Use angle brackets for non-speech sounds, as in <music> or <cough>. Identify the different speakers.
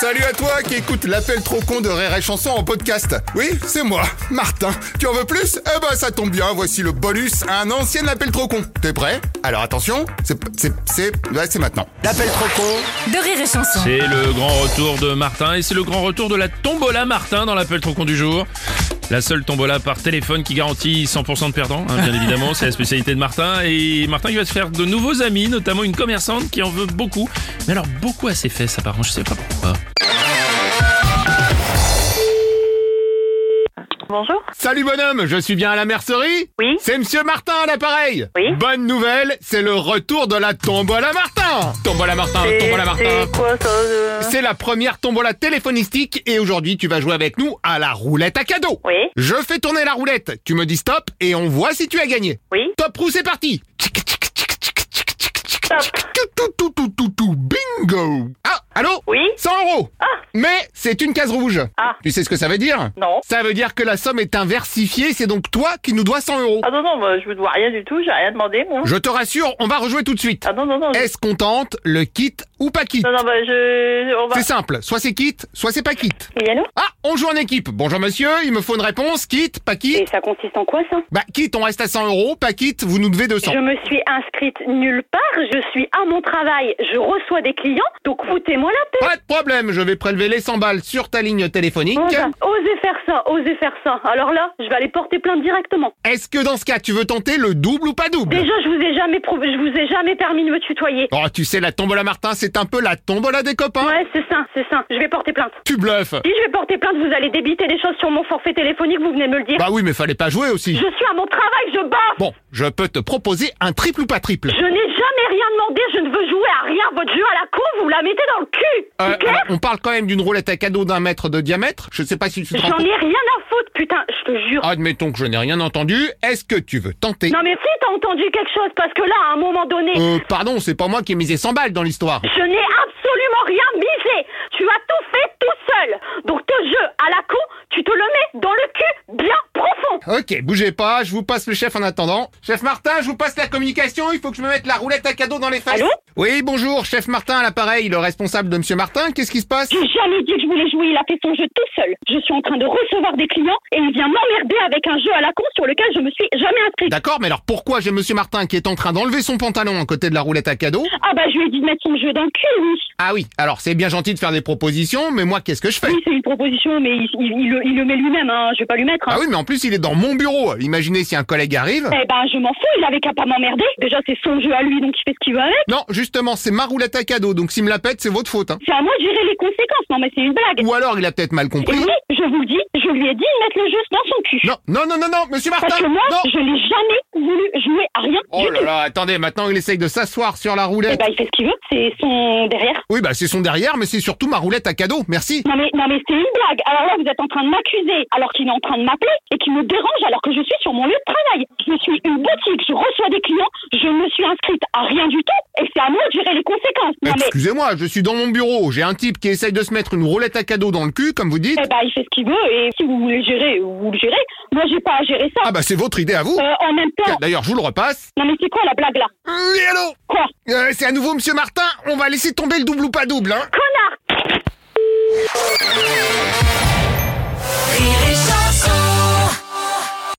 Speaker 1: Salut à toi qui écoute l'appel trop con de Rire et Chanson en podcast. Oui, c'est moi, Martin. Tu en veux plus Eh ben ça tombe bien, voici le bonus à un ancien appel trop con. T'es prêt Alors attention, c'est c'est c'est ouais, c'est maintenant.
Speaker 2: L'appel trop con
Speaker 3: de rire et chanson.
Speaker 4: C'est le grand retour de Martin et c'est le grand retour de la tombola Martin dans l'appel trop con du jour. La seule tombola par téléphone qui garantit 100% de perdants, hein, bien évidemment, c'est la spécialité de Martin. Et Martin qui va se faire de nouveaux amis, notamment une commerçante qui en veut beaucoup. Mais alors beaucoup à ses fesses apparemment, je sais pas pourquoi.
Speaker 5: Bonjour.
Speaker 1: Salut bonhomme, je suis bien à la mercerie
Speaker 5: Oui.
Speaker 1: C'est monsieur Martin à l'appareil.
Speaker 5: Oui.
Speaker 1: Bonne nouvelle, c'est le retour de la tombola Martin. Tombola Martin,
Speaker 5: C'est
Speaker 1: tombola Martin.
Speaker 5: c'est quoi ça euh
Speaker 1: C'est la première tombola téléphonistique et aujourd'hui tu vas jouer avec nous à la roulette à cadeaux.
Speaker 5: Oui.
Speaker 1: Je fais tourner la roulette, tu me dis stop et on voit si tu as gagné.
Speaker 5: Oui.
Speaker 1: Top roue, c'est parti
Speaker 5: Stop.
Speaker 1: Tout, tout, tout, tout, tout, tout, bingo Ah, allô
Speaker 5: Oui.
Speaker 1: 100 euros
Speaker 5: Ah.
Speaker 1: Mais c'est une case rouge
Speaker 5: Ah.
Speaker 1: Tu sais ce que ça veut dire
Speaker 5: Non.
Speaker 1: Ça veut dire que la somme est inversifiée, c'est donc toi qui nous dois 100 euros.
Speaker 5: Ah non, non,
Speaker 6: bah,
Speaker 5: moi, je vous dois rien du tout, j'ai rien demandé, moi.
Speaker 1: Je Eh, te rassure, on va rejouer tout de suite.
Speaker 5: Ah non, non, non. je-
Speaker 1: Est-ce qu'on tente le kit ou pas kit
Speaker 5: Non, non, bah, je. On va.
Speaker 1: C'est simple, soit c'est kit, soit c'est pas kit.
Speaker 5: Oui, allô
Speaker 1: Ah, on joue en équipe. Bonjour monsieur, il me faut une réponse, kit, pas kit.
Speaker 5: ça consiste en quoi, ça
Speaker 1: Bah kit, on reste à 100 euros, pas kit, vous nous devez 200.
Speaker 6: Je me suis inscrite nulle part, je suis à mon travail, je reçois des clients, donc foutez-moi la paix.
Speaker 1: Pas de problème, je vais prélever les 100 balles sur ta ligne téléphonique.
Speaker 6: Osez osez faire ça, osez faire ça. Alors là, je vais aller porter plainte directement.
Speaker 1: Est-ce que dans ce cas, tu veux tenter le double ou pas double
Speaker 6: Déjà, je vous ai jamais prouvé, je vous ai jamais permis de me tutoyer.
Speaker 1: Oh, tu sais, la tombola Martin, c'est un peu la tombola des copains.
Speaker 6: Ouais, c'est ça, c'est ça. Je vais porter plainte.
Speaker 1: Tu bluffes.
Speaker 6: Si je vais porter plainte, vous allez débiter des choses sur mon forfait téléphonique, vous venez me le dire.
Speaker 1: Bah oui, mais fallait pas jouer aussi.
Speaker 6: Je suis à mon travail, je bosse.
Speaker 1: Bon, je peux te proposer un triple ou pas triple.
Speaker 6: Je n'ai jamais rien demandé, je ne veux jouer à rien. Votre jeu à la con, vous la mettez dans le cul.
Speaker 1: Euh,
Speaker 6: C'est clair
Speaker 1: on parle quand même d'une roulette à cadeau d'un mètre de diamètre. Je sais pas si tu te rends
Speaker 6: J'en
Speaker 1: compte.
Speaker 6: ai rien à foutre, putain, je te jure.
Speaker 1: Admettons que je n'ai rien entendu. Est-ce que tu veux tenter
Speaker 6: Non mais si t'as entendu quelque chose, parce que là, à un moment donné,
Speaker 1: Euh, pardon, c'est pas moi qui ai misé 100 balles dans l'histoire.
Speaker 6: je n'ai absolument rien misé. Tu as tout fait tout seul. Donc ton jeu à la con, tu te le mets dans le cul bien profond.
Speaker 1: Ok, bougez pas, je vous passe le chef en attendant. Chef Martin, je vous passe la communication, il faut que je me mette la roulette à cadeau dans les fesses.
Speaker 6: Allô
Speaker 1: oui, bonjour, chef Martin à l'appareil, le responsable de Monsieur Martin, qu'est-ce qui se
Speaker 6: <laughs>
Speaker 1: passe
Speaker 6: J'ai jamais dit que je voulais jouer, il a fait son jeu tout seul. Je suis en train de recevoir des clients et il vient m'emmerder avec un jeu à la con sur lequel je me suis jamais inscrite.
Speaker 1: D'accord, mais alors pourquoi j'ai Monsieur Martin qui est en train d'enlever son pantalon à côté de la roulette à
Speaker 6: <laughs>
Speaker 1: cadeau
Speaker 6: Ah bah je lui ai dit de mettre son jeu dans le cul, oui.
Speaker 1: Ah oui, alors c'est bien gentil de faire des propositions, mais moi qu'est-ce que je fais
Speaker 6: Oui, c'est une proposition, mais il, il- il le, il le met lui-même, hein. je vais pas lui mettre.
Speaker 1: Ah
Speaker 6: Hein.
Speaker 1: oui, mais en plus il est dans mon bureau. Imaginez si un collègue arrive.
Speaker 6: eh ben je m'en fous, il avait qu'à pas m'emmerder. Déjà c'est son jeu à lui, donc il fait ce qu'il veut avec.
Speaker 1: Non, justement, c'est ma roulette à cadeau, donc s'il me la pète, c'est votre faute. Hein.
Speaker 6: C'est à moi de gérer les conséquences, non mais c'est une blague.
Speaker 1: Ou alors il a peut-être mal
Speaker 6: Et
Speaker 1: compris.
Speaker 6: oui, je vous le dis, je lui ai dit de mettre le jeu dans son cul.
Speaker 1: Non, non, non, non, non, Monsieur Martin.
Speaker 6: Parce que moi,
Speaker 1: non.
Speaker 6: je n'ai jamais voulu jouer à rien
Speaker 1: Oh
Speaker 6: du
Speaker 1: là
Speaker 6: tout.
Speaker 1: là, attendez, maintenant il essaye de s'asseoir sur la
Speaker 6: Eh
Speaker 1: roulette.
Speaker 6: ben, il fait ce qu'il veut, c'est son derrière.
Speaker 1: Oui, bah c'est son derrière, mais c'est surtout ma roulette à cadeau, merci.
Speaker 6: Non mais, non mais c'est une blague. Alors là, vous êtes en train de m'accuser alors qu'il est en train de m'appeler et qu'il me dérange alors que je suis sur mon lieu de travail. Je suis une boutique, je reçois des clients, je me suis inscrite à rien du tout et c'est à moi de gérer les conséquences. Non Ah, mais,
Speaker 1: Excusez-moi, je suis dans mon bureau, j'ai un type qui essaye de se mettre une roulette à cadeau dans le cul, comme vous dites.
Speaker 6: eh ben, il fait ce qu'il veut et si vous voulez gérer, vous le gérez. Moi, j'ai pas à gérer ça.
Speaker 1: Ah bah c'est votre idée à vous.
Speaker 6: Euh, en même temps,
Speaker 1: D'ailleurs, je vous le repasse.
Speaker 6: non mais c'est quoi la blague là
Speaker 1: Oui, allô
Speaker 6: Quoi
Speaker 1: Euh, C'est à nouveau Monsieur Martin, on va laisser tomber le double ou pas double, hein
Speaker 6: Connard
Speaker 3: Rire et chanson.